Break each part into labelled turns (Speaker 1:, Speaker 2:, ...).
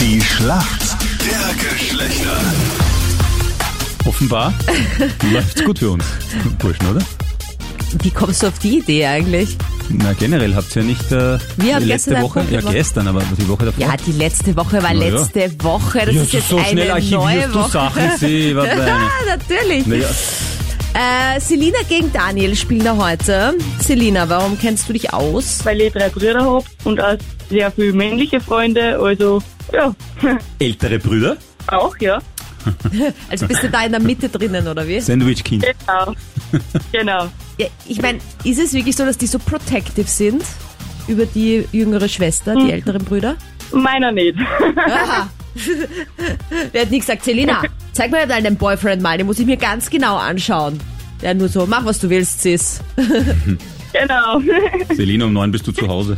Speaker 1: Die Schlacht der Geschlechter.
Speaker 2: Offenbar läuft's gut für uns, Burschen, oder?
Speaker 3: Wie kommst du auf die Idee eigentlich?
Speaker 2: Na, generell habt ihr nicht äh,
Speaker 3: Wir haben gestern
Speaker 2: letzte
Speaker 3: ein
Speaker 2: Woche,
Speaker 3: Kumpel
Speaker 2: ja
Speaker 3: gemacht.
Speaker 2: gestern, aber die Woche davor.
Speaker 3: Ja, die letzte Woche war
Speaker 2: Na ja.
Speaker 3: letzte Woche. Das
Speaker 2: Ja,
Speaker 3: ist jetzt
Speaker 2: so
Speaker 3: eine
Speaker 2: schnell archivierst
Speaker 3: neue
Speaker 2: du
Speaker 3: Woche.
Speaker 2: Sachen, sie, was
Speaker 3: ja,
Speaker 2: eine.
Speaker 3: natürlich.
Speaker 2: Naja,
Speaker 3: Äh, Selina gegen Daniel spielen wir heute. Selina, warum kennst du dich aus?
Speaker 4: weil ich drei Brüder habe und auch sehr viele männliche Freunde. Also ja,
Speaker 2: ältere Brüder?
Speaker 4: auch ja.
Speaker 3: Also bist du da in der Mitte drinnen, oder wie?
Speaker 2: Sandwich-Kind.
Speaker 4: Genau. genau.
Speaker 3: Ja, ich meine, ist es wirklich so, dass die so protective sind über die jüngere Schwester, die älteren Brüder?
Speaker 4: Meiner nicht.
Speaker 3: Aha. Wer hat nie gesagt, Selina, zeig mir deinen Boyfriend mal, den muss ich mir ganz genau anschauen. Ja, nur so, mach was du willst, Sis.
Speaker 4: genau.
Speaker 2: Selina, um neun bist du zu Hause.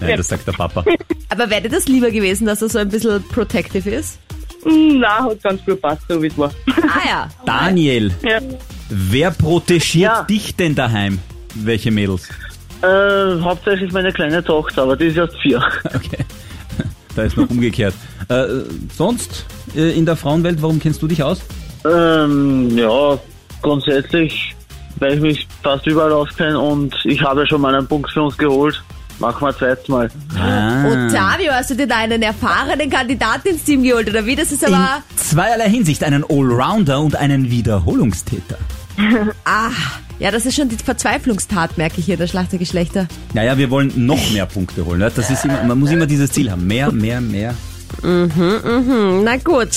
Speaker 2: Nein, das sagt der Papa.
Speaker 3: Aber wäre dir das lieber gewesen, dass er so ein bisschen protective ist?
Speaker 4: Hm, Na, hat ganz gut gepasst, so wie es war.
Speaker 3: Ah ja.
Speaker 2: Daniel,
Speaker 4: ja.
Speaker 2: wer protegiert
Speaker 5: Ja.
Speaker 2: dich denn daheim? Welche Mädels?
Speaker 5: Äh, hauptsächlich meine kleine Tochter, aber die ist erst vier.
Speaker 2: Okay, da ist noch umgekehrt. Äh, sonst äh, in der Frauenwelt, warum kennst du dich aus?
Speaker 5: Ähm, ja, grundsätzlich, weil ich mich fast überall auskenne und ich habe ja schon mal einen Punkt für uns geholt. Machen wir ein zweites Mal.
Speaker 2: Ah.
Speaker 3: Ottavio, hast du dir da einen erfahrenen Kandidaten ins Team geholt, oder wie? Das ist
Speaker 2: In
Speaker 3: aber...
Speaker 2: zweierlei Hinsicht einen Allrounder und einen Wiederholungstäter.
Speaker 3: Ah, ja, das ist schon die Verzweiflungstat, merke ich hier, der Schlacht der Geschlechter.
Speaker 2: Naja, wir wollen noch mehr Punkte holen. ne? Das ist immer, man muss immer dieses Ziel haben. Mehr, mehr, mehr.
Speaker 3: Na gut.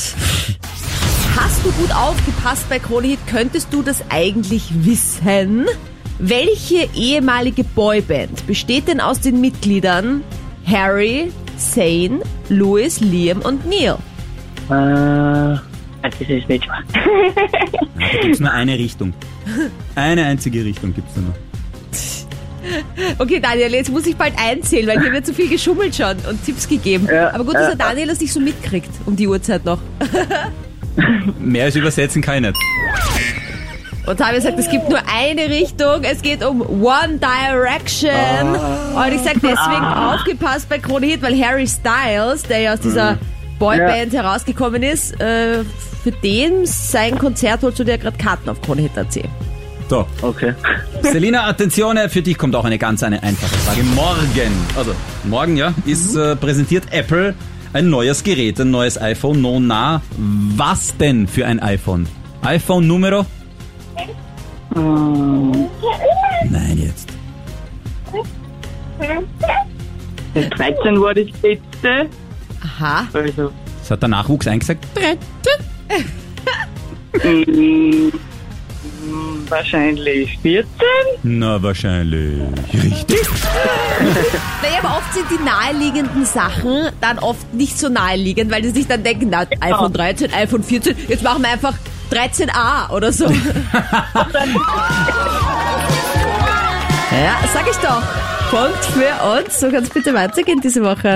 Speaker 3: Hast du gut aufgepasst bei Kronehit? Könntest du das eigentlich wissen? Welche ehemalige Boyband besteht denn aus den Mitgliedern Harry, Zane, Louis, Liam und Neil?
Speaker 5: Äh,
Speaker 4: Das ist nicht wahr.
Speaker 2: Ja, Ah, da gibt's nur eine Richtung. Eine einzige Richtung gibt's da nur.
Speaker 3: Okay, Daniel, jetzt muss ich bald einzählen, weil hier wird zu viel geschummelt schon und Tipps gegeben.
Speaker 5: Ja,
Speaker 3: Aber gut, dass der Daniel das nicht so mitkriegt, um die Uhrzeit noch.
Speaker 2: Mehr als übersetzen kann ich nicht.
Speaker 3: Und Tavi sagt, es gibt nur eine Richtung. Es geht um One Direction.
Speaker 5: Ah.
Speaker 3: Und ich sag deswegen aufgepasst bei Krone Hit, weil Harry Styles, der ja aus
Speaker 5: Mhm.
Speaker 3: dieser Boyband herausgekommen ist, äh, für den sein Konzert holst du dir gerade Karten auf Krone Hit erzählen.
Speaker 2: So,
Speaker 5: okay.
Speaker 2: Selina, Attenzione, für dich kommt auch eine ganz eine einfache Frage. Morgen, also morgen, ja, ist äh, präsentiert Apple ein neues Gerät, ein neues iPhone. No, na, was denn für ein iPhone? iPhone Numero? Nein, jetzt.
Speaker 4: 13 war das letzte.
Speaker 3: Aha.
Speaker 4: Also,
Speaker 2: Das hat der Nachwuchs eingesagt.
Speaker 4: mh, hm, wahrscheinlich 14.
Speaker 2: Na, wahrscheinlich. Richtig.
Speaker 3: Naja, aber oft sind die naheliegenden Sachen dann oft nicht so naheliegend, weil die sich dann denken, na, iPhone 13, iPhone 14, jetzt machen wir einfach 13a oder so. ja, sag ich doch. Punkt für uns. So kann's bitte weitergehen diese Woche.